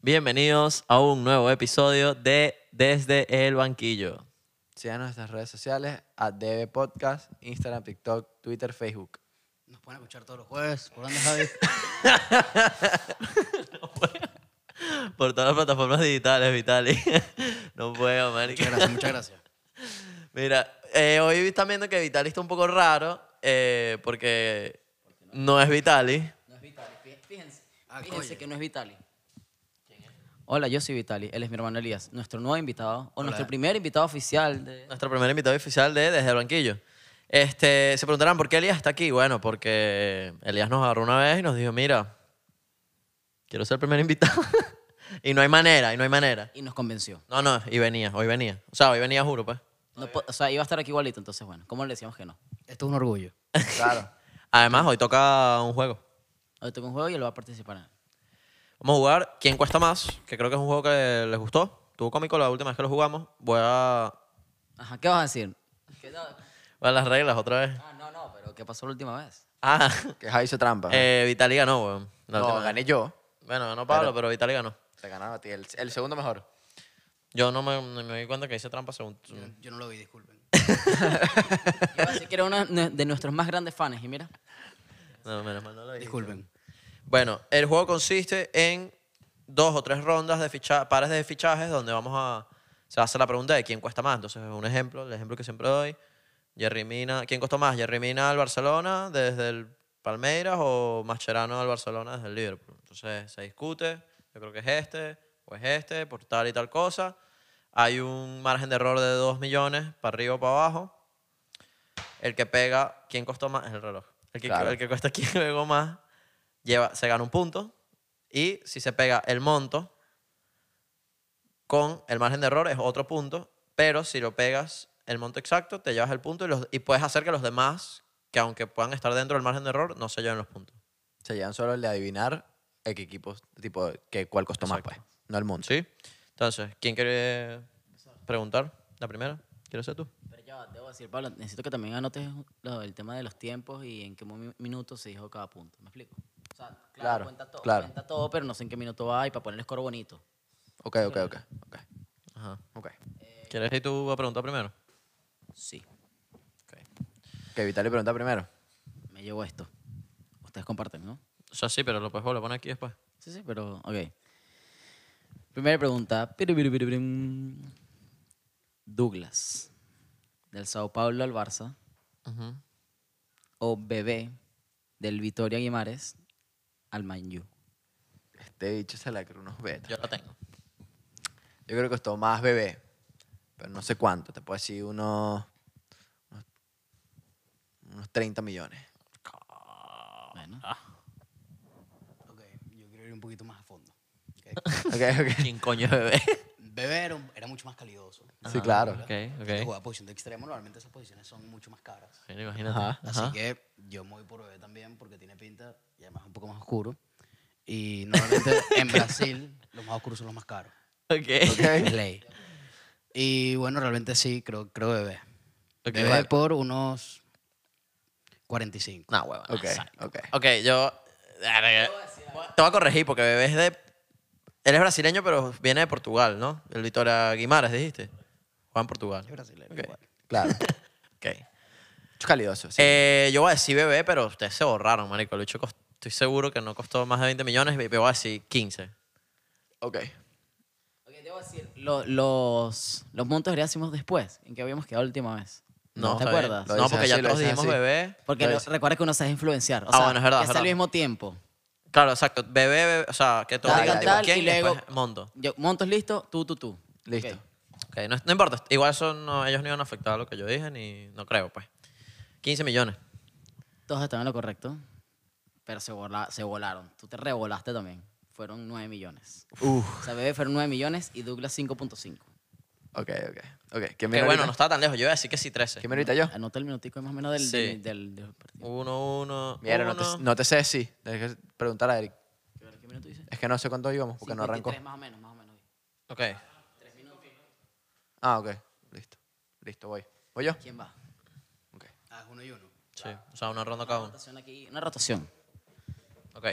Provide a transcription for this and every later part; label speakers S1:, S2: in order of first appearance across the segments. S1: Bienvenidos a un nuevo episodio de Desde el Banquillo.
S2: Sigan nuestras redes sociales, a DB Podcast, Instagram, TikTok, Twitter, Facebook.
S3: Nos pueden escuchar todos los jueves. ¿Por dónde, Javi?
S1: Por todas las plataformas digitales, Vitali. No puedo,
S3: muchas
S1: marica.
S3: gracias, muchas gracias.
S1: Mira, eh, hoy están viendo que Vitali está un poco raro eh, porque no es Vitali.
S3: No es Vitali. fí- Fíjense,
S2: Ah,
S3: fíjense
S2: coño.
S3: que no es Vitali. Hola, yo soy Vitali. Él es mi hermano Elías, nuestro nuevo invitado, o nuestro primer invitado oficial de...
S1: Nuestro primer invitado oficial de Desde el Banquillo. Este, se preguntarán por qué Elías está aquí. Bueno, porque Elías nos agarró una vez y nos dijo, mira, quiero ser el primer invitado. y no hay manera, y no hay manera.
S3: Y nos convenció.
S1: No, no, y venía, hoy venía. O sea, hoy venía, juro, pues.
S3: No po- o sea, iba a estar aquí igualito, entonces bueno, ¿cómo le decíamos que no?
S4: Esto es un orgullo.
S2: Claro.
S1: Además, hoy toca un juego.
S3: Hoy tengo un juego y él va a participar.
S1: Vamos a jugar ¿Quién cuesta más? Que creo que es un juego que les gustó. Tuvo cómico la última vez que lo jugamos. Voy a...
S3: Ajá, ¿qué vas a decir? ¿Qué no?
S1: voy a las reglas otra vez.
S3: Ah, no, no, pero ¿qué pasó la última vez?
S1: Ah,
S2: Que Javi hizo trampa.
S1: eh, Vitali ganó, weón. La
S2: no,
S1: última vez.
S2: gané yo.
S1: Bueno, ganó Pablo, pero, Vitali ganó.
S2: Te ganaba a ti. El, el segundo mejor.
S1: Yo no me, no me di cuenta que hice trampa según...
S4: Yo no lo vi, disculpen.
S3: Iba a decir que era uno de nuestros más grandes fans, y mira.
S1: No, menos mal no lo dije.
S4: Disculpen.
S1: Bueno, el juego consiste en dos o tres rondas de ficha- pares de fichajes donde vamos a se va a hacer la pregunta de quién cuesta más. Entonces, un ejemplo, el ejemplo que siempre doy, Jerry Mina, ¿quién costó más? Jerry Mina al Barcelona desde el Palmeiras o Mascherano al Barcelona desde el Liverpool. Entonces, se discute, yo creo que es este o es este por tal y tal cosa. Hay un margen de error de 2 millones para arriba o para abajo. El que pega, ¿quién costó más? Es el reloj. El que,
S2: Claro.
S1: el que cuesta quién pegó más, lleva, se gana un punto. Y si se pega el monto con el margen de error, es otro punto. Pero si lo pegas el monto exacto, te llevas el punto y, los- y puedes hacer que los demás, que aunque puedan estar dentro del margen de error, no se lleven los puntos.
S2: Se llevan solo el de adivinar a qué equipos, tipo, que cuál costó más,
S1: Exacto.
S2: pues. No el mundo.
S1: ¿Sí? Entonces, ¿quién quiere preguntar? La primera. ¿Quieres ser tú?
S3: Pero ya, va, debo decir, Pablo, necesito que también anotes lo- el tema de los tiempos y en qué mi- minuto se dijo cada punto. ¿Me explico? O sea, claro,
S2: Claro,
S3: cuenta, todo,
S2: claro.
S3: cuenta todo, pero no sé en qué minuto va y para poner el score bonito.
S2: Ok, ok, ok. Ok.
S1: Ajá.
S2: Ok.
S1: ¿Quieres ir tú a preguntar primero?
S3: Sí,
S2: Que Vitali pregunta primero.
S3: me llevo esto. Ustedes comparten, ¿no?
S1: O sea, sí, pero lo puedes volver a poner aquí después.
S3: Sí, sí, pero, ok. Primera pregunta. Piripiripiripirim. Douglas, del Sao Paulo al Barça, o Bebé, del Vitoria Guimares al Manju.
S2: Este bicho se la creo unos betas.
S1: Yo la tengo.
S2: Yo creo que costó más bebé, pero no sé cuánto. Te puedo decir unos, unos, unos 30 millones.
S3: Bueno,
S4: Ok, yo quiero ir un poquito más a fondo. Okay.
S2: Ok, ok.
S1: ¿Quién coño es bebé?
S4: Bebé era, un- era mucho más calidoso.
S2: Sí, claro.
S1: Ok,
S4: Yo
S1: ok.
S4: Jugaba posición de extremo, normalmente esas posiciones son mucho más caras.
S1: Bueno, imagínate.
S2: Ajá.
S4: Así que yo me voy por bebé también porque tiene pinta y además es un poco más oscuro. Y normalmente en Brasil los más oscuros son los más caros.
S1: Ok.
S4: Es ley. Y bueno, realmente sí, creo, creo bebé.
S1: Ok.
S4: Bebé
S1: Vale.
S4: por unos 45.
S1: No, huevón.
S2: Ok, ok.
S1: Ok, yo. Verga. Te voy a corregir porque bebé es de. Él es brasileño, pero viene de Portugal, ¿no? El Vitória Guimaras, dijiste. Juega en Portugal.
S4: Es brasileño.
S1: Ok.
S4: igual.
S2: Claro.
S1: Ok.
S2: Mucho calidoso. Sí.
S1: Eh, yo voy a decir bebé, pero ustedes se borraron, marico. El bicho cost- estoy seguro que no costó más de 20 millones. Yo voy a decir 15.
S2: ok.
S3: Ok, debo decir, lo- los, los montos ya hicimos después, en que habíamos quedado la última vez.
S1: No,
S3: ¿Te
S1: está bien.
S3: acuerdas?
S2: Lo
S1: No,
S2: dices
S1: porque ya
S2: así, lo
S1: todos
S2: dices
S1: dijimos
S2: así.
S1: bebé.
S3: Porque
S2: lo
S3: lo-
S2: dice.
S3: recuerda que uno se deja influenciar. O
S1: Ah,
S3: sea,
S1: bueno, es verdad,
S3: que
S1: es
S3: sea al
S1: verdad.
S3: mismo tiempo.
S1: Claro, exacto. Bebé, bebé, o sea, que todo
S2: Tal,
S1: diga,
S2: tal,
S1: tipo,
S2: tal,
S1: ¿quién
S3: y luego-
S1: después monto.
S3: Yo, montos listos, tú, tú, tú.
S2: Listo.
S3: Ok.
S1: Ok, no, no importa. Igual eso no, ellos no iban a afectar a lo que yo dije, ni no creo, pues. 15 millones.
S3: Todos estaban en lo correcto, pero se, vola- se volaron. Tú te revolaste también. Fueron 9 millones. O sea, bebé fueron 9 millones y Douglas 5.5.
S2: Ok, ok. Ok. ¿Quién
S1: Que
S2: viene
S1: bueno, no
S2: ahorita?
S1: estaba tan lejos. Yo iba a decir que sí, 13.
S2: ¿Quién viene ahorita yo?
S3: Anota el minutico más o menos del,
S1: Sí.
S3: del, del- del partido.
S1: Uno, uno.
S2: Mira,
S1: uno.
S2: no te, no te sé si. Tienes que preguntar a Eric.
S3: ¿Qué minuto dices?
S2: Es que no sé cuánto íbamos porque no arrancó.
S3: 53 más o menos, más o menos.
S1: Ok.
S2: Ah, ok. Listo. Listo, voy. ¿Voy yo?
S3: ¿Quién va?
S2: Ok.
S4: Ah, es uno y uno.
S1: Sí. O sea, una ronda cada
S3: Una
S1: uno.
S3: rotación aquí, una rotación.
S1: Ok.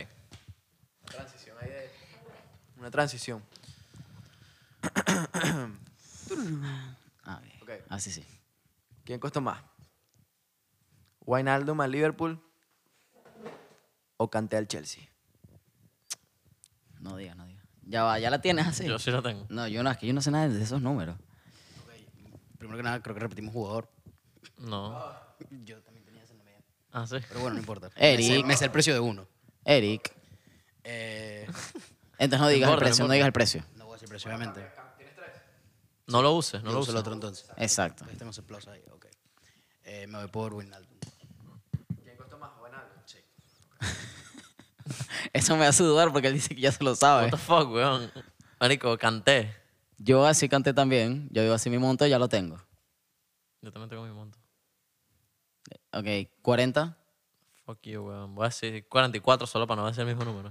S2: Transición ahí de... Una transición.
S3: Ah, bien.
S2: Ok.
S3: Así sí.
S2: ¿Quién costó más? ¿Wijnaldum al Liverpool o Kanté al Chelsea?
S3: No digas, no digas. Ya va, ya la tienes así.
S1: Yo sí la tengo.
S3: No, yo no, es que yo no sé nada de esos números.
S4: Primero que nada, creo que repetimos jugador.
S1: No.
S4: Yo también tenía ese nombre.
S1: Ah, sí.
S4: Pero bueno, no importa.
S3: Eric.
S4: Me sé, me sé el precio de uno.
S3: Eric.
S4: Eh,
S3: Entonces no digas el
S1: importa, no
S3: precio,
S1: importa.
S3: no digas el precio.
S4: no voy a decir precio, obviamente.
S1: No lo uses, no
S4: Yo
S1: lo
S4: uso
S1: uses.
S4: el otro entonces.
S3: Exacto.
S4: Este no se plaza ahí, ok. Eh, me voy por Wijnaldum.
S2: ¿Quién costó más? ¿Wijnaldum? Sí.
S3: Eso me hace dudar porque él dice que ya se lo sabe.
S1: What the fuck, weón. Marico, canté.
S3: Yo así canté también. Yo digo así mi monto, ya lo tengo.
S1: Yo también tengo mi monto.
S3: Ok, 40.
S1: Fuck you, weón. Voy a decir 44 solo para no decir el mismo número.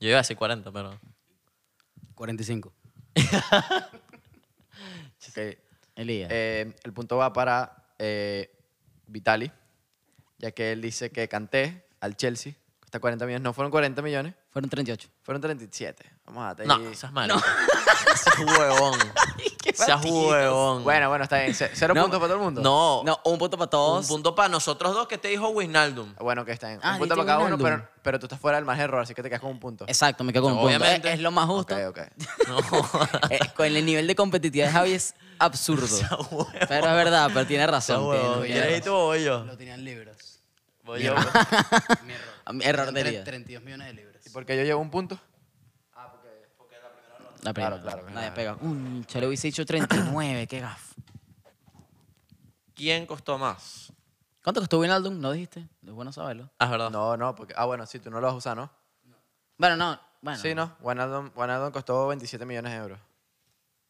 S1: Yo iba a decir 40, pero.
S4: 45.
S3: Elías.
S2: Eh, el punto va para eh, Vitali, ya que él dice que Kanté al Chelsea cuesta 40 millones. No fueron 40 millones,
S3: Fueron 38.
S2: fueron 37. Vamos a
S1: No, seas malo. Seas huevón. seas huevón.
S2: Bueno, bueno, está bien. Ce- Cero puntos para todo el mundo.
S1: No.
S3: No, un punto para
S1: Un
S3: todos.
S1: punto para nosotros dos que te dijo Wijnaldum.
S2: Bueno, que está bien.
S3: Ah,
S2: un punto
S3: dijiste
S2: para cada uno,
S3: Wijnaldum.
S2: pero, pero tú estás fuera del margen de error, así que te quedas con un punto.
S3: Exacto, me quedo con un punto.
S1: Obviamente.
S3: Es, es lo más justo.
S2: Ok, ok.
S1: No.
S3: Eh, con el nivel de competitividad de Javi es absurdo. pero es verdad, pero tiene razón. tiene-
S1: huevón.
S3: tiene
S1: ¿Quieres ir tú o voy yo?
S4: Lo tenían libras.
S1: Voy yo.
S4: Mi error.
S3: razón. Error de
S4: Eran tre-
S3: herida.
S4: 32 millones de libras.
S2: ¿Y por qué yo llevo un punto?
S3: La primera.
S2: Claro, claro,
S3: La de pega. Un le hubiese dicho 39, qué gaf.
S1: ¿Quién costó más?
S3: ¿Cuánto costó Winaldum? ¿No dijiste? Es bueno saberlo.
S1: Ah, es verdad.
S2: No, no, porque. Ah, bueno, sí, tú no lo vas a usar, ¿no?
S3: Bueno, no. Bueno.
S2: Sí, no. Wijnaldum Wijnaldum costó 27 millones de euros.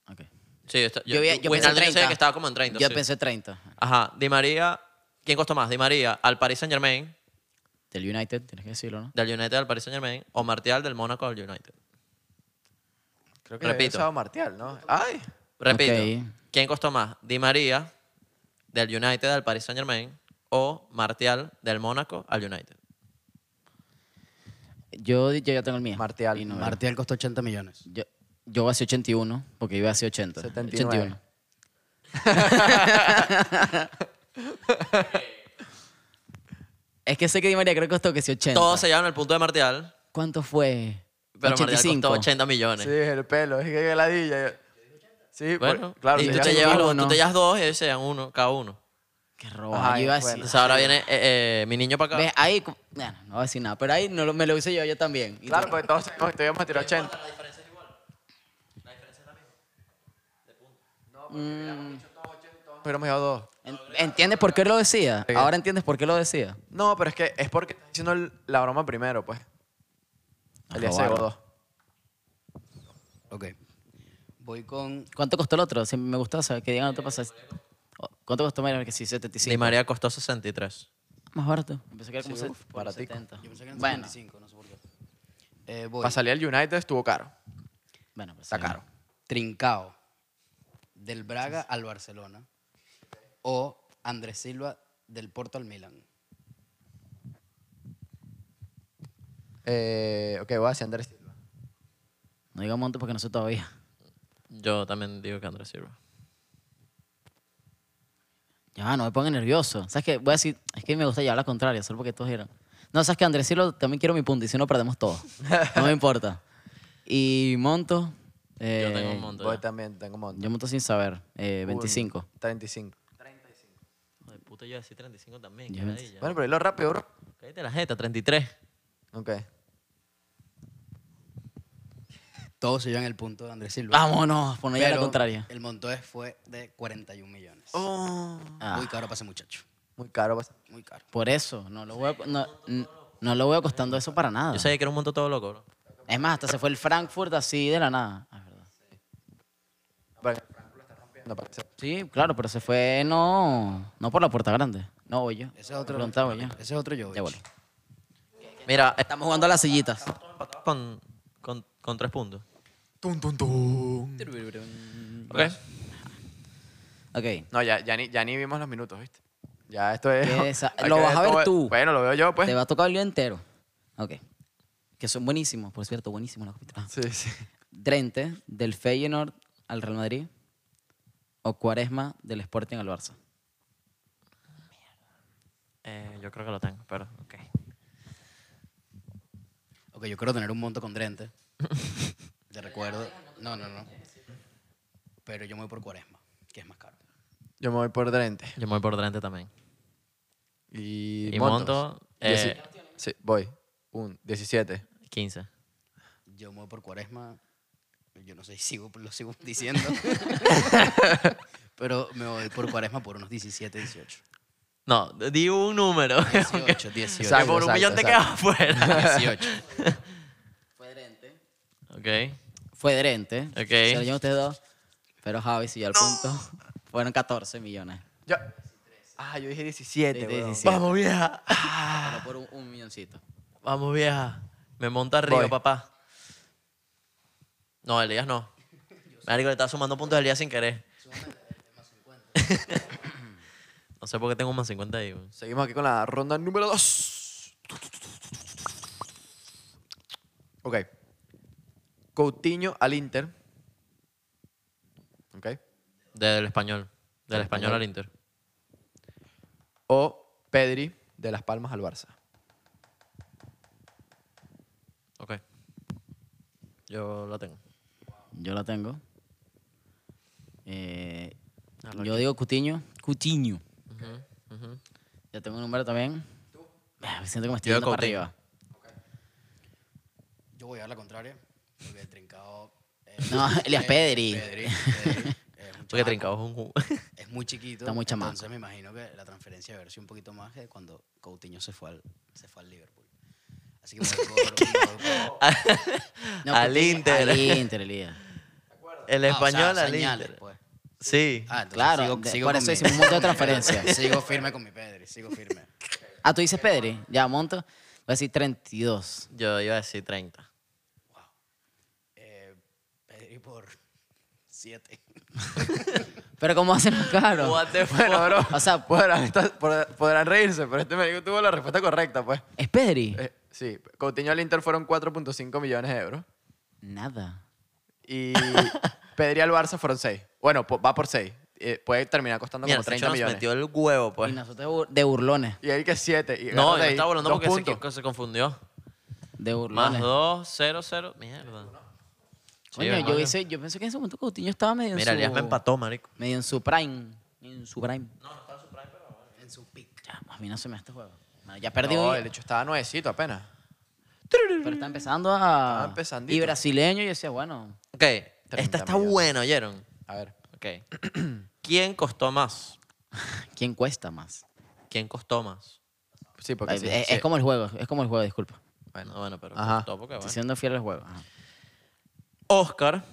S3: Ok.
S1: Sí, está-
S3: Yo, vi- yo pensé
S1: Wijnaldum yo
S3: 30.
S1: sabía que estaba como en 30.
S3: Yo
S1: sí.
S3: pensé 30.
S1: Ajá. Di María. ¿Quién costó más? Di María al Paris Saint Germain,
S3: Del United, tienes que decirlo, ¿no?
S1: del United al Paris Saint Germain, o Martial del Mónaco al United.
S2: Creo que lo había
S1: Repito.
S2: usado Martial, ¿no? ¡Ay!
S1: Repito.
S3: Ok.
S1: ¿Quién costó más? Di María del United al Paris Saint Germain o Martial del Mónaco al United.
S3: Yo, yo ya tengo el mío.
S2: Martial.
S3: Y no era.
S4: Martial costó 80 millones.
S3: Yo, yo voy a hacer 81, porque iba a hacer 80.
S2: 79.
S3: 81. es que sé que Di María creo que costó que sí 80.
S1: Todos se llevan el punto de Martial,
S3: ¿Cuánto fue?
S1: pero Martial
S3: 85.
S1: costó 80 millones.
S2: Sí, el pelo, es que ladilla. Sí, por-
S1: Bueno,
S2: claro.
S1: y
S2: te
S1: tú te,
S2: llevas-
S1: llevas, los-
S3: uno.
S1: tú te llevas dos y ellos se llevan uno, cada uno.
S3: Qué roba.
S2: Ajá,
S3: yo iba a
S2: bueno.
S3: decir.
S1: Entonces ahora viene eh, eh, mi niño para acá.
S3: ¿Ves? Ahí. co- Bueno, no voy a decir nada. Pero ahí no lo- me lo hice yo, yo también. Y
S2: Claro,
S3: tú-
S2: pues todos sabemos que te íbamos a tirar 80.
S1: La diferencia es igual. La diferencia es la misma.
S2: Mm. Pero hemos llevado dos.
S3: en- ¿Entiendes por qué lo decía?
S2: Sí.
S3: Ahora entiendes por qué lo decía.
S2: No, pero es que es porque estás haciendo el- la broma primero, pues. El día
S3: robaron.
S2: dos.
S4: Ok. Voy con
S3: ¿Cuánto costó el otro? Siempre me gustó saber que digan otro pasaje. Oh, ¿Cuánto costó María? Que sí, 75.
S1: Di María costó 63.
S3: Más barato. Empecé que era como
S2: Sí,
S3: se-
S2: uf,
S3: por
S2: baratico.
S3: 70.
S4: Yo pensé que eran
S3: Bueno,
S4: 55, no sé por qué. Eh, voy.
S2: Para salir al United estuvo caro.
S3: bueno, pero
S2: Está
S3: sí.
S2: caro.
S4: Trincao. Del Braga al Barcelona. O Andrés Silva del Porto al Milan.
S2: Eh, ok, voy a hacer Andrés Silva.
S3: No digo monto porque no sé todavía.
S1: Yo también digo que Andrés Silva.
S3: Ya, no me pongan nervioso. ¿Sabes qué? Voy a decir, es que me gusta llevar la contraria, solo porque todos eran. No, ¿sabes qué? Andrés Silva también quiero mi punto y si no perdemos todo. No me importa. Y monto. eh,
S1: Yo tengo un monto.
S2: Voy
S1: ya.
S2: también, tengo monto.
S3: Yo monto sin saber. eh, 25.
S1: Hijo
S2: 35.
S1: de puta, yo iba a decir 35 también.
S3: Ya
S1: qué
S3: ves.
S1: ladilla.
S2: Bueno, pero lo rápido, bro.
S1: Cállate la jeta, 33.
S2: Ok.
S4: Todos se llevan el punto de Andrés
S3: Ah,
S4: Silva.
S3: Vámonos, por no llevar la
S4: Pero
S3: contraria.
S4: El Montoya fue de 41 millones.
S3: Ah.
S4: Muy caro para ese muchacho.
S2: Muy caro. pues. va a ser.
S4: Muy caro.
S3: Por eso, no lo voy a, no, n- no lo voy a costando eso para nada.
S1: Yo sabía que era un monto todo loco, bro.
S3: Es más, hasta se fue el Frankfurt así de la nada. Ah, es verdad.
S2: Para- No, para que se-
S3: Sí, claro, pero se fue no, no por la puerta grande. No, voy yo.
S4: Ese es otro.
S3: Preguntaba voy yo.
S4: Ese es otro yo.
S3: Ya vuelvo.
S1: Mira, eh,
S3: Estamos jugando a las sillitas.
S1: con, con, con tres puntos. Ok.
S3: Ok.
S2: No, ya, ya, ni, ya ni vimos los minutos, ¿viste? Ya esto es.
S3: Qué desa-
S2: hay
S3: lo
S2: que
S3: vas a ver
S2: todo-
S3: tú.
S2: Bueno, lo veo yo, pues.
S3: Te va a tocar el lío entero. Ok. que son buenísimos, por cierto, buenísimos los
S1: Ah,
S3: capitanes.
S2: Sí, sí.
S3: Drente, del Feyenoord al Real Madrid. O Cuaresma, del Sporting al Barça.
S1: Eh, yo creo que lo tengo, pero ok.
S4: Ok, yo quiero tener un monto con Drente. Te recuerdo. No, no, no. Pero yo me voy por Cuaresma, que es más caro.
S2: Yo me voy por Drente.
S1: Yo me voy por Drente también.
S2: Y,
S1: Y
S2: Montos.
S1: Monto, eh,
S2: Dieci- sí, voy. Un 17.
S1: 15.
S4: Yo me voy por Cuaresma. Yo no sé si sigo, lo sigo diciendo. pero me voy por Cuaresma por unos 17, 18.
S1: No, di un número. aunque-
S4: 18, 18.
S1: que por un
S2: Exacto,
S1: millón te quedas
S2: exacto.
S1: afuera.
S4: 18.
S3: Fue Drente.
S1: ok.
S3: Fue Drente.
S1: Ok.
S3: Se lo llevan ustedes dos. Pero Javi siguió al punto. Fueron 14 millones.
S2: Yo. Ah, yo dije 17,
S3: Dijiste
S2: weón.
S3: 17.
S1: Vamos, vieja.
S3: Solo por un, un milloncito.
S1: Vamos, vieja. Me monta arriba,
S2: Voy.
S1: papá. No, Elías no. Marico, le está sumando puntos a Elías sin querer. no sé por qué tengo un más 50 ahí. güey.
S2: Seguimos aquí con la ronda número 2. Ok. Coutinho al Inter. Ok.
S1: Del español. Del español al Inter.
S2: O Pedri de Las Palmas al Barça.
S1: Ok. Yo la tengo.
S3: Yo la tengo. Eh,
S1: Arranca.
S3: yo digo Cutiño. Cutiño. Yo tengo un número también. Ah, Me siento que me estoy
S1: Yo
S3: yendo para
S1: Coutinho.
S3: arriba.
S4: Yo voy a dar la contraria. Porque Trincao. eh,
S3: No, Elias
S4: eh,
S3: Pedri.
S4: Pedri, Pedri, eh, es un
S1: Porque
S4: chamaco,
S1: trincado es un ju-
S4: Es muy chiquito.
S3: Está muy chamaco.
S4: Entonces me imagino que la transferencia debe haber sido un poquito más que cuando Coutinho se fue al, se fue al Liverpool. Así que me voy por- me voy por-
S3: No,
S1: Al
S3: Coutinho,
S1: Inter.
S3: Al Inter, Elías.
S1: El
S4: Ah, o sea,
S1: español al
S4: señales,
S1: Inter.
S4: pues.
S1: Sí.
S4: Ah, entonces
S3: Claro,
S4: sigo-
S3: de-
S4: sigo
S3: por
S4: con
S3: eso
S4: mi-
S3: hicimos un montón de transferencias.
S4: sigo firme con mi Pedri, sigo firme.
S3: Ah, tú dices Pedri. Ya, monto. Voy a decir 32.
S1: Yo iba a decir 30.
S4: Eh, Pedri por 7.
S3: Pero ¿cómo hacen los caros?
S1: What the fuck?
S2: Bueno, bro.
S3: O sea,
S2: podrán, estar- podrán- podrán reírse, pero este médico tuvo la respuesta correcta, pues.
S3: ¿Es Pedri?
S2: Eh, sí, Coutinho al Inter fueron 4.5 millones de euros.
S3: Nada.
S2: Y Pedri al Barça fueron 6. Bueno, po- va por 6. puede terminar costando
S1: Mira,
S2: como
S3: este
S1: ese
S2: 30
S1: chamo se
S2: millones.
S1: metió el huevo,
S3: Y
S1: pues.
S3: nosotros de bur- de burlones.
S2: Y ahí que 7.
S1: No, yo estaba volando porque se,
S2: puntos.
S1: que- se confundió.
S3: De burlones.
S1: Más 2, 0, 0. Mierda. Sí,
S3: Coño,
S1: ¿verdad?
S3: yo, hice- yo pensé que en ese momento Coutinho estaba medio en
S1: Mira,
S3: su...
S1: Elías me empató, marico.
S3: Medio en su prime. Medio en su prime. No, no estaba en su prime, pero... En su pick. Ya, a mí no se me da este juego. Bueno, ya perdí.
S2: No,
S3: hoy,
S2: el hecho estaba nuevecito apenas.
S3: Pero está empezando a...
S2: empezandito.
S3: Y brasileño, y decía, bueno...
S1: Ok, esta
S2: 30
S1: está
S2: millones.
S1: buena, ¿oyeron?
S2: A ver.
S1: Ok. ¿Quién costó más?
S3: ¿Quién cuesta más?
S1: ¿Quién costó más?
S2: Sí, porque
S3: Ay,
S2: sí,
S3: Eh, es,
S2: sí.
S3: es como el juego, es como el juego, disculpa.
S1: Bueno, bueno, pero
S2: Ajá.
S1: costó porque
S3: Estoy
S1: bueno.
S3: siendo fiel al juego. Ajá.
S1: Oscar,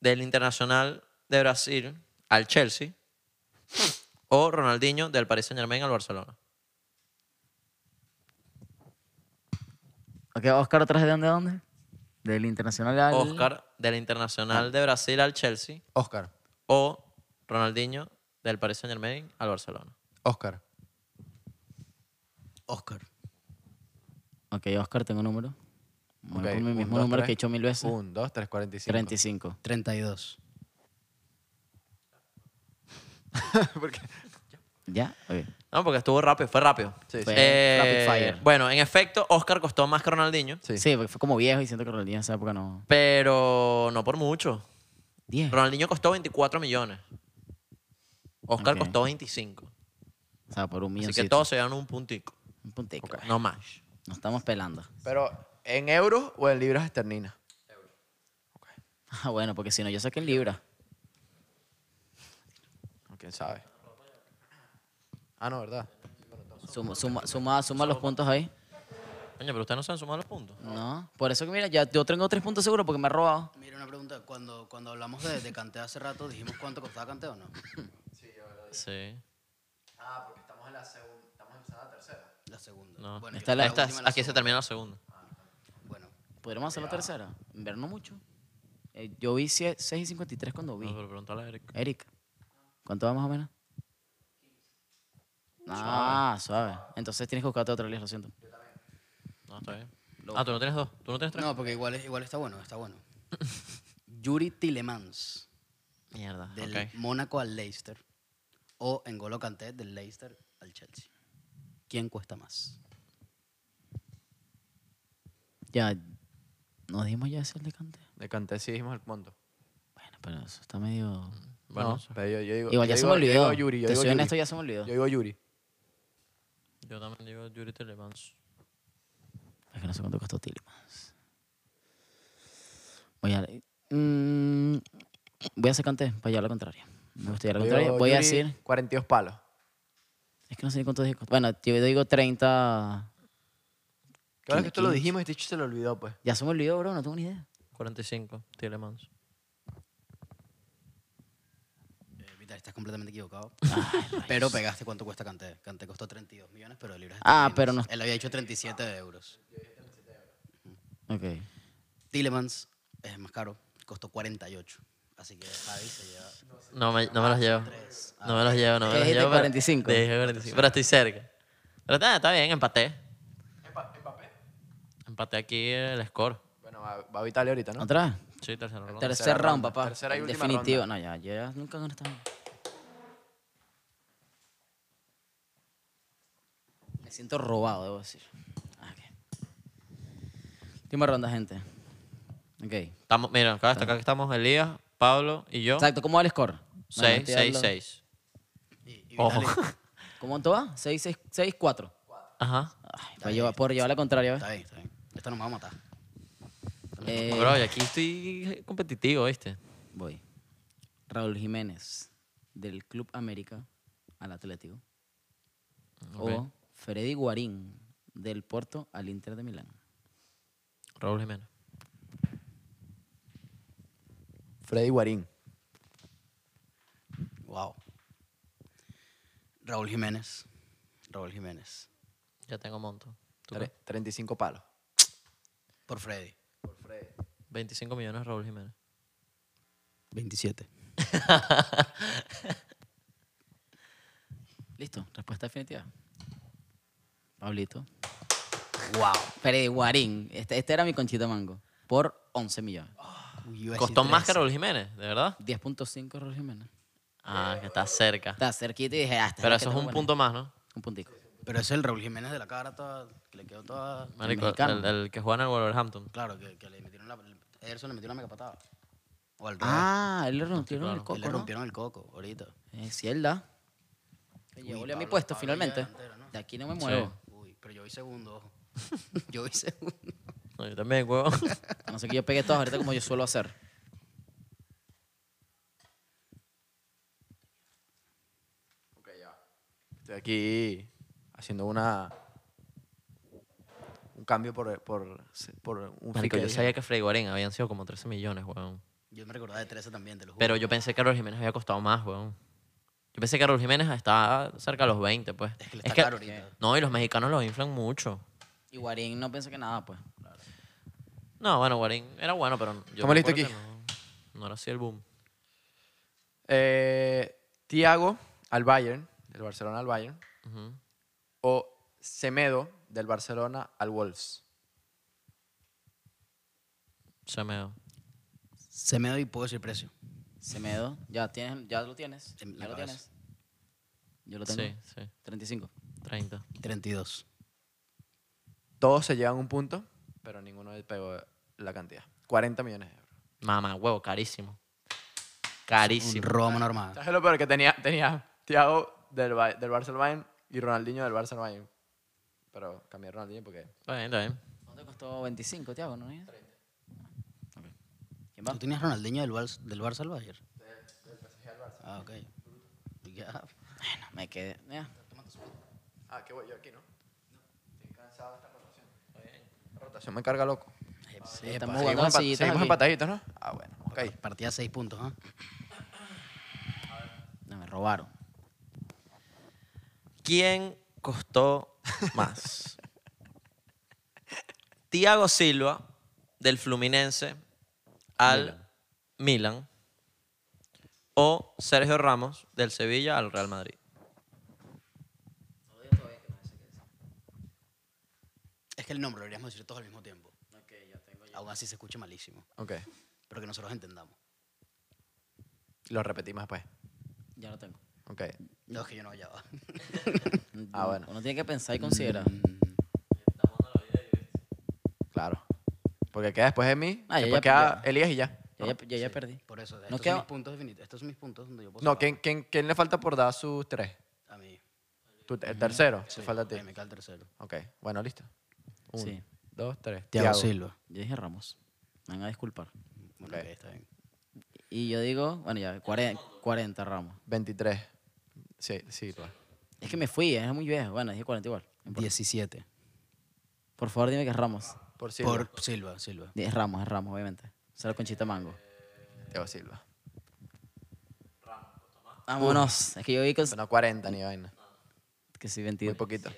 S1: del Internacional de Brasil al Chelsea. O Ronaldinho, del Paris Saint Germain al Barcelona.
S3: Ok, Oscar, ¿otra vez de dónde a dónde? Del Internacional al...
S1: Oscar, del Internacional de Brasil al Chelsea.
S2: Oscar.
S1: O Ronaldinho, del Paris Saint Germain al Barcelona.
S2: Oscar.
S4: Oscar.
S3: Ok, Oscar, tengo un número. Voy
S2: Ok,
S3: por mi
S2: un,
S3: mismo
S2: dos,
S3: número que he
S2: tres.
S3: dicho mil veces.
S2: 1, 2, 3, 45.
S3: 35.
S4: 32.
S2: Porque-
S3: ¿Ya? Ok.
S1: No, porque estuvo rápido, fue rápido.
S2: Sí, sí.
S3: Fue
S1: Eh,
S3: rapid fire.
S1: Bueno, en efecto, Oscar costó más que Ronaldinho,
S2: Sí.
S3: Sí. porque fue como viejo y siento que Ronaldinho en esa época no...
S1: pero no por mucho.
S3: 10.
S1: Ronaldinho costó 24 millones. Oscar
S3: Ok.
S1: costó 25.
S3: O sea, por un
S1: Así
S3: millón.
S1: que todos se dieron un puntico.
S3: Un puntico.
S1: Ok. No más.
S3: Nos estamos pelando.
S2: Pero, ¿en euros o en libras esterlinas?
S3: Ah, bueno, porque si no, yo saqué en libra.
S2: ¿Quién sabe? Ah, no, ¿verdad?
S3: Suma, suma, suma, suma los puntos ahí.
S1: Coño, pero ustedes no se han sumado los puntos.
S3: No. Por eso que mira, ya yo tengo tres puntos seguros porque me ha robado.
S4: Mira, una pregunta. Cuando, cuando hablamos de, de Kanté hace rato, dijimos cuánto costaba Kanté o no.
S1: Sí.
S2: Ah, porque estamos en la segunda, estamos en la tercera.
S4: La segunda.
S1: No.
S4: Bueno, yo
S3: Está
S4: fui
S3: la-
S1: Esta-
S4: última en la
S1: aquí se
S4: segunda.
S1: termina la segunda.
S4: Bueno,
S3: ¿Podríamos hacer la tercera? En ver no mucho. Eh, yo vi 6 y 53 cuando vi.
S1: No, pero pregúntale a Eric.
S3: Eric, ¿cuánto va más o menos? Ah, suave. Entonces tienes que buscarte otra lista, lo siento.
S1: No, está bien. Ah, tú no tienes dos. Tú no tienes tres.
S4: No, porque igual, igual está bueno, está bueno. Yuri Tilemans,
S1: Mierda.
S4: del
S1: ok.
S4: Mónaco al Leicester. O N'Golo Kanté, del Leicester al Chelsea. ¿Quién cuesta más?
S3: Ya, nos dimos ya ese el de Kanté.
S2: De Canté sí dijimos el monto.
S3: Bueno, pero eso está medio...
S1: Bueno,
S2: No, pero yo, yo digo,
S3: Igual ya
S2: yo
S3: se me
S2: digo- yo digo
S3: olvidó.
S2: Yuri, yo
S3: Te
S2: digo
S3: soy
S2: Yuri.
S3: honesto, ya se me olvidó.
S2: Yo digo Yuri.
S1: yo también digo Yuri Telemans.
S3: Es que no sé cuánto costó Tillemans. Voy a... Mm, voy a hacer pues Kanté para llevar la contraria. Me gusta llevar la
S2: Yo
S3: contraria.
S2: digo
S3: Voy a
S2: Yuri,
S3: decir...
S2: 42 palos.
S3: Es que no sé ni cuánto dije. Bueno, yo digo 30...
S2: Que ahora que
S3: ¿Quién-
S2: esto lo
S3: quién?
S2: dijimos, este chico se lo olvidó, pues.
S3: Ya se me olvidó, bro. No tengo ni idea.
S1: 45, Telemans.
S4: Eh, Vital, estás completamente equivocado. pero pegaste cuánto cuesta Kanté. Kanté costó 32 millones, pero el libro es
S3: Ah,
S4: 31.
S3: pero no-
S4: Él había dicho 37 euros.
S3: Ok.
S4: Tillemans es más caro, costó 48. Así que Javi se lleva
S1: No me, no me los llevo. No me los llevo, no me los
S3: Dijiste
S1: llevo. pero-
S3: 45.
S1: Dije 45, pero estoy cerca. Pero está, está bien, empaté. Empaté aquí el score.
S2: Bueno, va, va a Vitale ahorita, ¿no?
S3: ¿Otra vez?
S1: Sí, tercero ronda.
S3: Tercer
S2: Tercera
S3: round,
S2: ronda,
S3: papá.
S2: tercera y última
S3: Definitivo. No, ya, yo ya nunca gané esta vaina. Me siento robado, debo decir. Ah, ok. Última ronda, gente. Ok.
S1: Estamos, mira, acá destacar que estamos Elías, Pablo y yo.
S3: Exacto, ¿cómo va el score? Bueno,
S1: 6,
S3: estoy
S1: 6,
S3: hablando-
S1: 6.
S4: Y, y
S1: Ojo.
S4: Vitali-
S3: ¿Cómo cuánto va? 6, 6, 6, 4.
S1: Ajá.
S3: Por llevar, por llevar la contraria, ¿ves?
S4: Está bien, está bien. Esta nos va a matar.
S3: Eh,
S1: Bro, y aquí estoy competitivo, ¿viste?
S3: Voy. Raúl Jiménez, del Club América al Atlético. O Freddy Guarín, del Porto al Inter de Milán.
S1: Raúl Jiménez.
S2: Freddy Guarín.
S4: Wow. Raúl Jiménez. Raúl Jiménez.
S1: Ya tengo monto. ¿Tú
S2: Tre- 35 palos.
S4: Por Freddy.
S2: Por Freddy.
S1: qué? 25 millones Raúl Jiménez.
S4: 27.
S3: Listo, respuesta definitiva. Pablito.
S4: Wow.
S3: Freddy Guarín, este, este era mi conchita mango, por 11 millones.
S1: Ah. ¿Costó más que Raúl Jiménez, de verdad?
S3: 10.5 Raúl Jiménez.
S1: Ah, que está cerca.
S3: Está cerquita y dije, ah, esta
S1: Pero
S3: es la
S1: eso es
S3: que tengo
S1: un
S3: que poner.
S1: punto más, ¿no?
S3: Un puntico.
S4: Pero es el Raúl Jiménez de la cara toda, que le quedó toda...
S1: Marico,
S3: mexicano.
S1: el, el que juega en el Wolverhampton.
S4: Claro, que, que le metieron la... Ederson le metió una mega patada. O al revés.
S3: Ah, él le rompieron
S1: claro.
S3: el
S1: Él
S3: coco,
S4: le
S3: ¿no?
S4: rompieron el coco ahorita.
S3: Eh, sí, él da. Yo volví a mi
S4: Pablo- Pablo
S3: puesto,
S4: ya
S3: finalmente.
S4: delantero, ¿no?
S3: De aquí no me muevo.
S4: Uy, pero yo vi segundo, ojo. Yo vi segundo.
S1: No, yo también, huevo.
S3: A No sé que yo pegué todas ahorita como yo suelo hacer.
S2: Estoy aquí haciendo una. Un cambio por, por, por un
S1: Marico,
S2: fique.
S1: yo sabía que Freddy Guarín habían sido como 13 millones, huevón.
S4: Yo me recordaba de 13 también, te lo juro.
S1: Pero yo pensé que Raúl Jiménez había costado más, huevón. Yo pensé que Raúl Jiménez estaba cerca de los 20, pues.
S4: Es que le está caro ahorita.
S1: No, y los mexicanos los inflan mucho.
S3: Y Guarín no pensé que nada, pues.
S1: No, bueno, Guarín era bueno, pero yo
S2: Estamos listos
S1: recuerdo
S2: aquí.
S1: que No, no era así el boom.
S2: Eh, Tiago al Bayern, del Barcelona al Bayern.
S1: Ujú.
S2: O Semedo, del Barcelona al Wolves.
S1: Se me dio.
S4: Se me doy y puedo decir precio.
S3: Semedo, ya, tienes, ya lo tienes.
S4: En
S3: Ya
S4: la
S3: lo
S4: cabeza.
S3: tienes. Yo lo tengo.
S1: Sí, sí.
S3: 35.
S1: 30.
S4: 32.
S2: Todos se llevan un punto, pero ninguno pegó la cantidad. 40 millones de euros.
S1: Mamá, huevo, carísimo.
S4: Un
S1: Carísimo.
S4: robo mano armada.
S2: ¿Sabes lo peor que tenía? Tenía Thiago del, Ba- del Barcelona Bayern y Ronaldinho del Barcelona Bayern. Pero cambié a Ronaldinho porque
S1: Está bien, está bien.
S3: ¿Cuánto costó 25, Tiago? ¿No es? Ok. ¿Quién va?
S4: ¿Tú tenías Ronaldinho del, Vals- del Barça al Bayern? Ah, ok. Ya.
S3: Bueno, me quedé. ya.
S2: Ah, qué voy yo aquí, ¿no? Estoy cansado de esta rotación. Está bien. La rotación me carga loco.
S3: estamos
S4: Epa,
S3: jugando
S2: Seguimos,
S3: a
S2: empa-
S3: sillitas
S2: seguimos
S3: aquí.
S2: empataditos, ¿no? Ah, bueno, ok.
S4: Partida 6 puntos, ¿ah?
S3: No, me robaron.
S1: ¿Quién costó más? Tiago Silva, del Fluminense, al Milan. O Sergio Ramos, del Sevilla al Real Madrid.
S4: Es que el nombre lo deberíamos decir todos al mismo tiempo. Aún así se escucha malísimo.
S2: Ok.
S4: Pero que nosotros entendamos.
S2: Lo repetimos después.
S3: Ya lo tengo.
S2: Ok.
S4: No, es que yo no, ya va.
S2: Ah, bueno.
S3: Uno tiene que pensar y considerar.
S4: Mm.
S2: Claro. Porque queda después de mí.
S3: Ah, ya,
S2: después
S3: ya,
S2: queda Elías y ya.
S3: Ya, ya, ya, ya perdí.
S4: Por eso, estos,
S3: No
S4: son
S3: queda-
S4: mis puntos definitivos. estos son mis puntos donde yo puedo
S2: No,
S4: sacar
S2: ¿quién, quién, quién le falta por dar sus tres?
S4: A mí.
S2: Tú- el tercero.
S4: Sí,
S2: te falta a ti.
S4: ahí Me cae el tercero.
S2: Ok. Bueno, listo. Uno,
S3: Sí.
S2: dos, tres.
S4: Tiago
S2: Thiago.
S4: Silva.
S3: Yo dije Ramos. Me van a disculpar.
S4: Bueno,
S2: Ok.
S4: ok, está bien.
S3: Y yo digo, bueno, ya, 40, 40 Ramos.
S2: 23. Sí, sí, claro.
S3: Es que me fui, eh, es muy viejo. Bueno, dije 40 igual.
S4: 17.
S3: Por favor, dime que es Ramos.
S2: Por Silva.
S4: Por Silva, Silva.
S3: Di- Es Ramos, es Ramos, obviamente. Será Conchita Mango.
S2: Thiago Silva.
S3: Vámonos. Es que yo vi que,
S2: Pero no 40 ni vaina.
S3: que sí,
S2: Muy
S3: 22.
S2: poquito.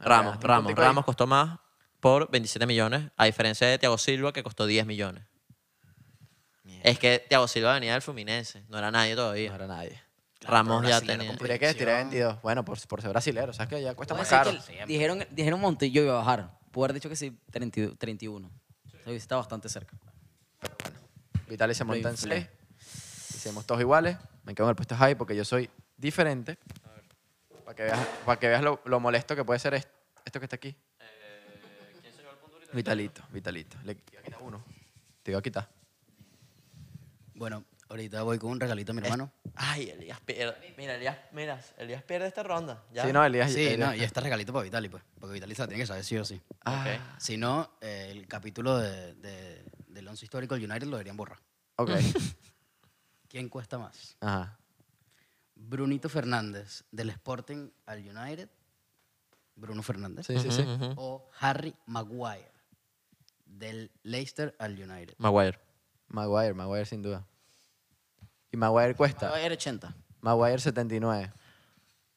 S1: Ramos,
S2: un
S1: Ramos.
S2: puntico ahí.
S1: Ramos costó más por 27 millones, a diferencia de Thiago Silva, que costó 10 millones. Es que Thiago Silva venía del Fluminense, no era nadie
S2: No
S1: todavía.
S2: era nadie.
S1: Ramos ya
S4: brasileño
S1: tenía.
S4: con
S2: Tendría que estirar 22. Bueno, por, por ser brasilero. ¿Sabes que Ya cuesta
S3: Puede
S2: más
S3: ser
S2: caro.
S3: Pues que dijeron, dijeron un monte y yo iba a bajar. Pude haber dicho que sí, 32, 31. O sea, está bastante cerca.
S2: Vitali se monta en
S3: inflé.
S2: 6. Hicimos todos iguales. Me quedo en el puesto high porque yo soy diferente. Para que veas, para que veas lo, lo molesto que puede ser est- esto que está aquí. Vitalito, Vitalito. Le iba a quitar uno. Te iba a quitar.
S4: Bueno, ahorita voy con un regalito a mi hermano.
S1: Ay, Elías pierde. Mira, Elías, mira, Elías pierde esta ronda. ¿ya?
S2: Sí, no, Elías.
S4: Sí,
S2: Elías-
S4: no, y este regalito para Vitali, pues. Porque Vitali se la tiene que saber sí o sí.
S1: Ah.
S4: Si no, eh, el capítulo de, de- del once histórico del United lo deberían borrar.
S2: Ok.
S4: ¿Quién cuesta más?
S2: Ajá.
S4: ¿Brunito Fernández del Sporting al United? ¿Bruno Fernández?
S2: Sí, sí, sí.
S4: ¿O Harry Maguire del Leicester al United?
S1: Maguire.
S2: Maguire, Maguire sin duda. Y Maguire cuesta.
S3: Era 80.
S2: Maguire 79.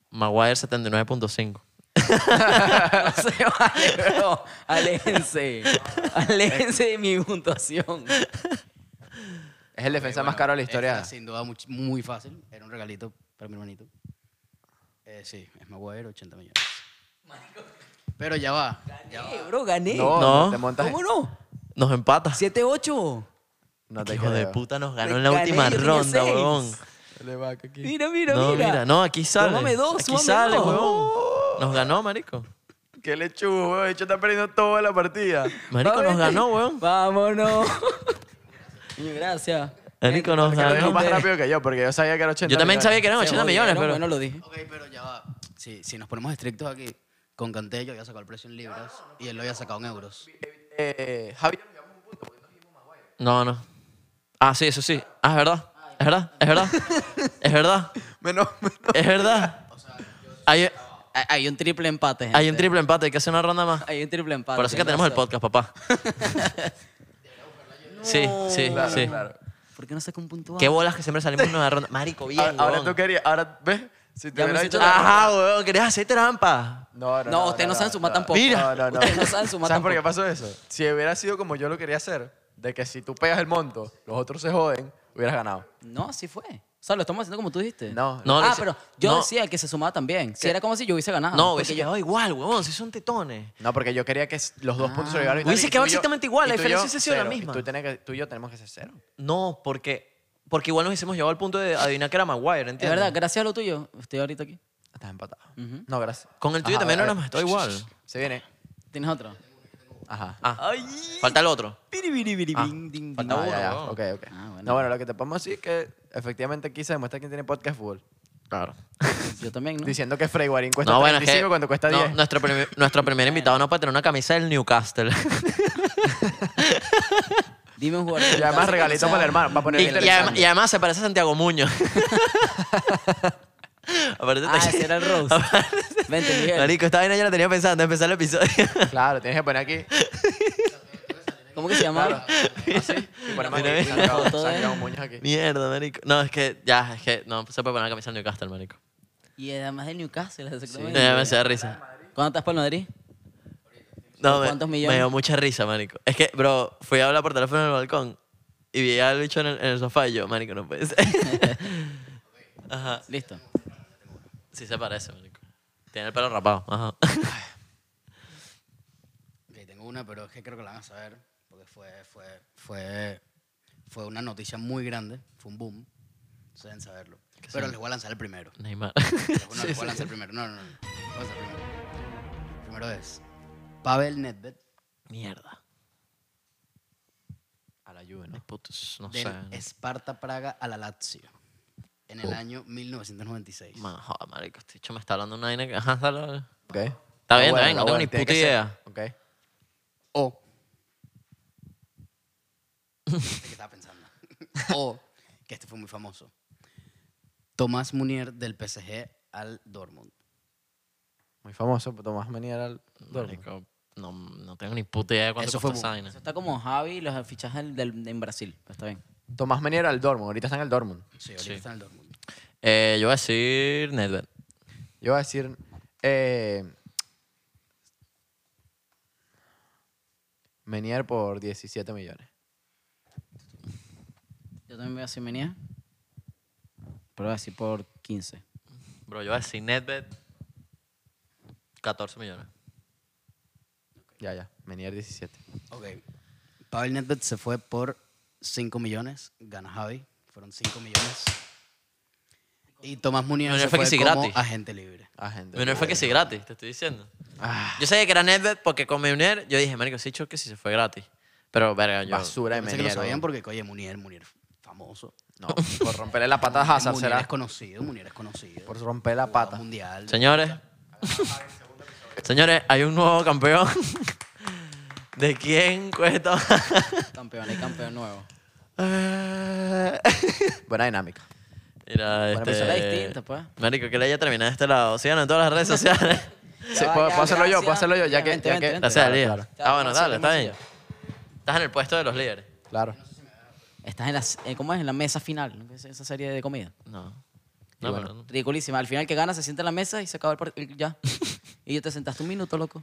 S1: Maguire 79.5.
S3: No se vale, bro. Aléjense. Aléjense de mi puntuación.
S2: Es el defensa más caro de la historia.
S4: Esta, sin duda, much- muy, fácil. Era un regalito para mi hermanito. Eh, sí, es Maguire, 80 millones. Pero ya va. ya va.
S3: Eh, bro, gané.
S2: No,
S1: No.
S2: no te montas.
S3: ¿Cómo no?
S1: Nos empata.
S3: 7-8.
S2: No te
S1: Hijo de
S2: creo.
S1: puta nos ganó
S3: Te
S1: en la
S3: gané,
S1: última
S3: yo tenía
S1: ronda,
S3: seis.
S1: huevón.
S2: Le va que aquí.
S3: Mira, mira,
S1: no,
S3: mira.
S1: mira, no, aquí sale.
S3: Súmame dos,
S1: aquí
S3: súmame
S1: sale,
S3: dos.
S1: huevón. Nos ganó, marico.
S2: Qué lechugo, weón. De hecho, está perdiendo toda la partida.
S1: Marico
S3: Va,
S1: nos
S3: vete.
S1: ganó, weón.
S3: Vámonos. Niño, gracias.
S1: Marico,
S3: Gente,
S1: nos
S3: porque
S2: Que lo
S1: ganó.
S2: dijo
S3: gente-
S2: más rápido que yo, porque yo sabía que era 80
S1: Yo también
S2: millones.
S1: sabía que eran
S3: se
S1: 80 millones,
S3: jodieron,
S1: pero.
S3: Bueno, lo dije.
S4: Ok, pero ya va. Sí, si nos ponemos estrictos aquí, con Canté yo había sacado el precio en libras y él lo había sacado en euros.
S2: Eh, Javi,
S1: No, no. Ah, sí, eso sí. Ah, es verdad. Es verdad, es verdad. Es verdad.
S2: menos, menos.
S1: Es verdad. Hay,
S3: Hay- Hay un triple empate, gente.
S1: hay un triple empate, hay que hacer una ronda más.
S3: Hay un triple empate.
S1: Por eso es que
S3: tienes
S1: tenemos el podcast,
S3: razón.
S1: papá. Sí, sí,
S2: Claro,
S1: sí.
S2: claro.
S3: ¿Por qué no saca un punto
S1: Qué
S3: alto?
S1: bolas que siempre salimos en una ronda. Marico, bien,
S2: Ahora, ahora
S1: huevón.
S2: tú querías, ahora, ¿ves? Si te
S3: Ya me
S2: hubiera
S3: siento
S2: dicho...
S3: la-
S1: Ajá, weón, querías hacer trampa.
S2: No, no,
S3: No, ustedes no saben sumar tampoco.
S2: Mira. No, no, no.
S3: Ustedes no saben sumar
S2: ¿Sabes por qué
S3: tampoco.
S2: pasó eso? Si hubiera sido como yo lo quería hacer, de que si tú pegas el monto, los otros se joden, hubieras ganado.
S3: No, así fue. O sea, lo estamos haciendo como tú dijiste.
S2: No,
S1: No, lo
S3: ah,
S1: hice-
S3: pero yo
S1: no.
S3: decía que se sumaba también. Si era como si yo hubiese ganado.
S1: No,
S3: porque
S1: hubiese
S3: yo...
S1: quedado igual, huevón, si son tetones.
S2: No, porque yo quería que s- los dos puntos se lo llevara Vitali,
S1: Hubiese
S2: y tú
S1: quedado
S2: y yo-
S1: exactamente igual, la
S2: y tú y yo,
S1: diferencia hubiese sido la
S2: cero, y
S1: misma.
S2: tú, tenés que- tú y yo tenemos que ser cero.
S1: No, porque, porque igual nos hicimos llevar al punto de adivinar que era Maguire, ¿entiendes?
S3: Es verdad, gracias a lo tuyo, estoy ahorita aquí.
S2: Estás empatado. No, gracias.
S1: Con el tuyo también
S2: a
S1: no
S2: ver.
S1: nos mató igual.
S2: Se viene.
S3: ¿Tienes otro?
S2: Ajá.
S1: Ah,
S3: Ay.
S1: falta el otro.
S3: Biri, biri, biri, bing, ding,
S1: falta
S3: ding.
S1: uno.
S2: Ah, ya, ya.
S1: weón.
S2: Ok, ok.
S3: Ah, bueno.
S2: No, bueno, lo que te podemos decir es que efectivamente aquí se demuestra quién tiene podcast de fútbol.
S1: Claro.
S3: Yo también, ¿no?
S2: Diciendo que Frey Guarín cuesta
S1: No, bueno, es
S2: 35
S1: que
S2: cuando cuesta
S1: no,
S2: 10.
S1: nuestro, primer, nuestro primer invitado no puede tener una camisa del Newcastle.
S3: Dime un jugador.
S2: Y además regalito para el hermano, para
S1: y,
S2: poner
S1: y además, y además se parece a Santiago Muñoz. Aparte,
S3: Ah, ese era el Rose. Vente, Miguel.
S1: Marico, esta vaina yo la tenía pensando antes de empezar el episodio.
S2: Claro, tienes que poner aquí.
S3: ¿Cómo que se llamaba?
S2: Y ponemos
S1: Mira,
S2: aquí.
S1: mira.
S2: Santiago-
S3: Foto de-
S2: Santiago Muñoz aquí.
S1: Mierda, marico. No, es que ya, es que no se puede poner la camisa del Newcastle, marico.
S3: Y además del Newcastle,
S1: No,
S3: exactamente.
S1: me da risa.
S3: ¿Cuándo estás para el Madrid?
S1: No, me,
S3: ¿Cuántos
S1: me
S3: millones?
S1: dio mucha risa, marico. Es que, bro, fui a hablar por teléfono en el balcón y vi al bicho en el, en el sofá y yo, marico, no puede ser. Ajá.
S3: Listo.
S1: Sí se parece, marico. Tiene el pelo rapado. Ajá.
S4: una, pero es que creo que la van a saber, porque fue, fue, fue, fue una noticia muy grande, fue un boom. Entonces deben saberlo. Pero les voy a lanzar el primero.
S1: Neymar.
S4: Pero No, les voy a lanzar el primero. No, no, no. Voy a lanzar el primero. El primero es Pavel Nedved
S1: Mierda.
S2: A la Juve,
S1: Los
S2: ¿no?
S1: putos, no
S4: del
S1: sé.
S4: Esparta Praga a la Lazio en el año 1996.
S1: Ma- joder, marico, este bicho me está hablando una vaina que... Ajá, dale, dale.
S2: Ok.
S1: Está
S2: Ah,
S1: bien,
S2: bueno,
S1: está bien,
S2: ah,
S1: no tengo
S2: bueno,
S1: ni
S2: tiene
S1: puta
S2: que ser.
S1: idea.
S2: Ok.
S4: O. Este que estaba pensando. o, que este fue muy famoso. Tomás Munier del PSG al Dortmund.
S2: Muy famoso, pues, Tomás Menier al Dortmund.
S1: Marico, no, no tengo ni puta idea de cuánto
S4: Eso
S1: costó
S4: fue
S1: esa
S4: bu-
S1: vaina.
S3: Eso está como Javi y los fichajes del, del- en Brasil. pero Está bien.
S2: Tomás Menier al Dortmund. Ahorita está en el Dortmund.
S4: Sí, ahorita
S1: Sí.
S4: está en el Dortmund.
S1: Eh, yo voy a decir Nedved.
S2: Yo voy a decir... Eh, Menier por 17 millones.
S3: Yo también voy a decir Menia. Pero voy a decir por 15.
S1: Bro, yo voy a decir Nedved 14 millones.
S2: Ya, ya. Menier 17.
S4: Ok. Pavel Nedved se fue por 5 millones. Gana Javi. Fueron 5 millones. Y Tomás Munier
S1: Munier
S4: se
S1: fue
S4: fue,
S1: que sí,
S4: como
S1: gratis.
S4: agente libre.
S2: Ah, gente.
S1: Bueno, fue que sí, gratis, te estoy diciendo.
S2: Ah,
S1: Yo sabía que era Nedved porque con Meunier yo dije, marico, sí, hecho que si se fue gratis. Pero, verga, yo...
S2: basura de
S4: Pensé que lo
S2: Menier.
S4: sabían
S2: weón.
S4: porque, oye, Munier, Munier, famoso.
S2: No, por romperle la pata a Hazard
S4: Munier
S2: Ah, será.
S4: es conocido, Munier es conocido.
S2: Por romper la
S4: Jugador
S2: pata.
S4: Mundial.
S1: Señores, señores, hay un nuevo campeón. ¿De quién cuesta?
S3: Campeón, hay campeón nuevo.
S2: Buena dinámica.
S1: Mira,
S2: Bueno,
S1: este...
S2: pues
S3: era distinto, pues.
S1: Marico, que le haya terminado de este lado. Síganos en todas las redes sociales.
S2: Sí,
S3: va,
S2: puedo,
S3: ya,
S2: puedo hacerlo yo, puedo
S3: gracias.
S2: hacerlo yo, ya que.
S3: Vente,
S2: ya
S3: vente,
S2: que-
S3: vente.
S1: Gracias,
S2: Claro,
S1: Elías.
S2: claro,
S1: Ah, bueno,
S3: Vamos a
S1: dale, está
S3: hacer
S1: bien. Estás en el puesto de los líderes.
S2: claro.
S3: Estás en la, eh, ¿cómo es? En la mesa final, ¿no? Esa- esa serie de comida.
S1: No.
S2: Y
S1: No,
S2: bueno.
S1: pero no.
S3: Ridiculísima. Al final que gana se sienta en la mesa y se acaba el partido. Ya. y yo te sentaste un minuto, loco.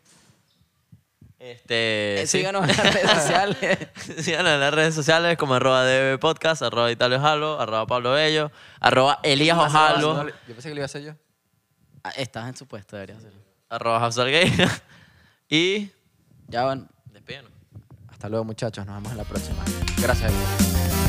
S1: Este.
S3: Eh,
S1: sí.
S3: Síganos en las redes sociales.
S1: Síganos en las redes sociales como arroba DB Podcast, arroba Italio Jalo, arroba Pablo Bello, arroba Elías
S2: No,
S1: Ojalo,
S2: Yo pensé que lo iba a hacer yo.
S3: Ah, Estás en su puesto, deberías hacerlo.
S1: arroba Hafsar Gay. Y.
S3: Ya van.
S1: Despídanos.
S2: Hasta luego, muchachos. Nos vemos en la próxima. Gracias, Elías.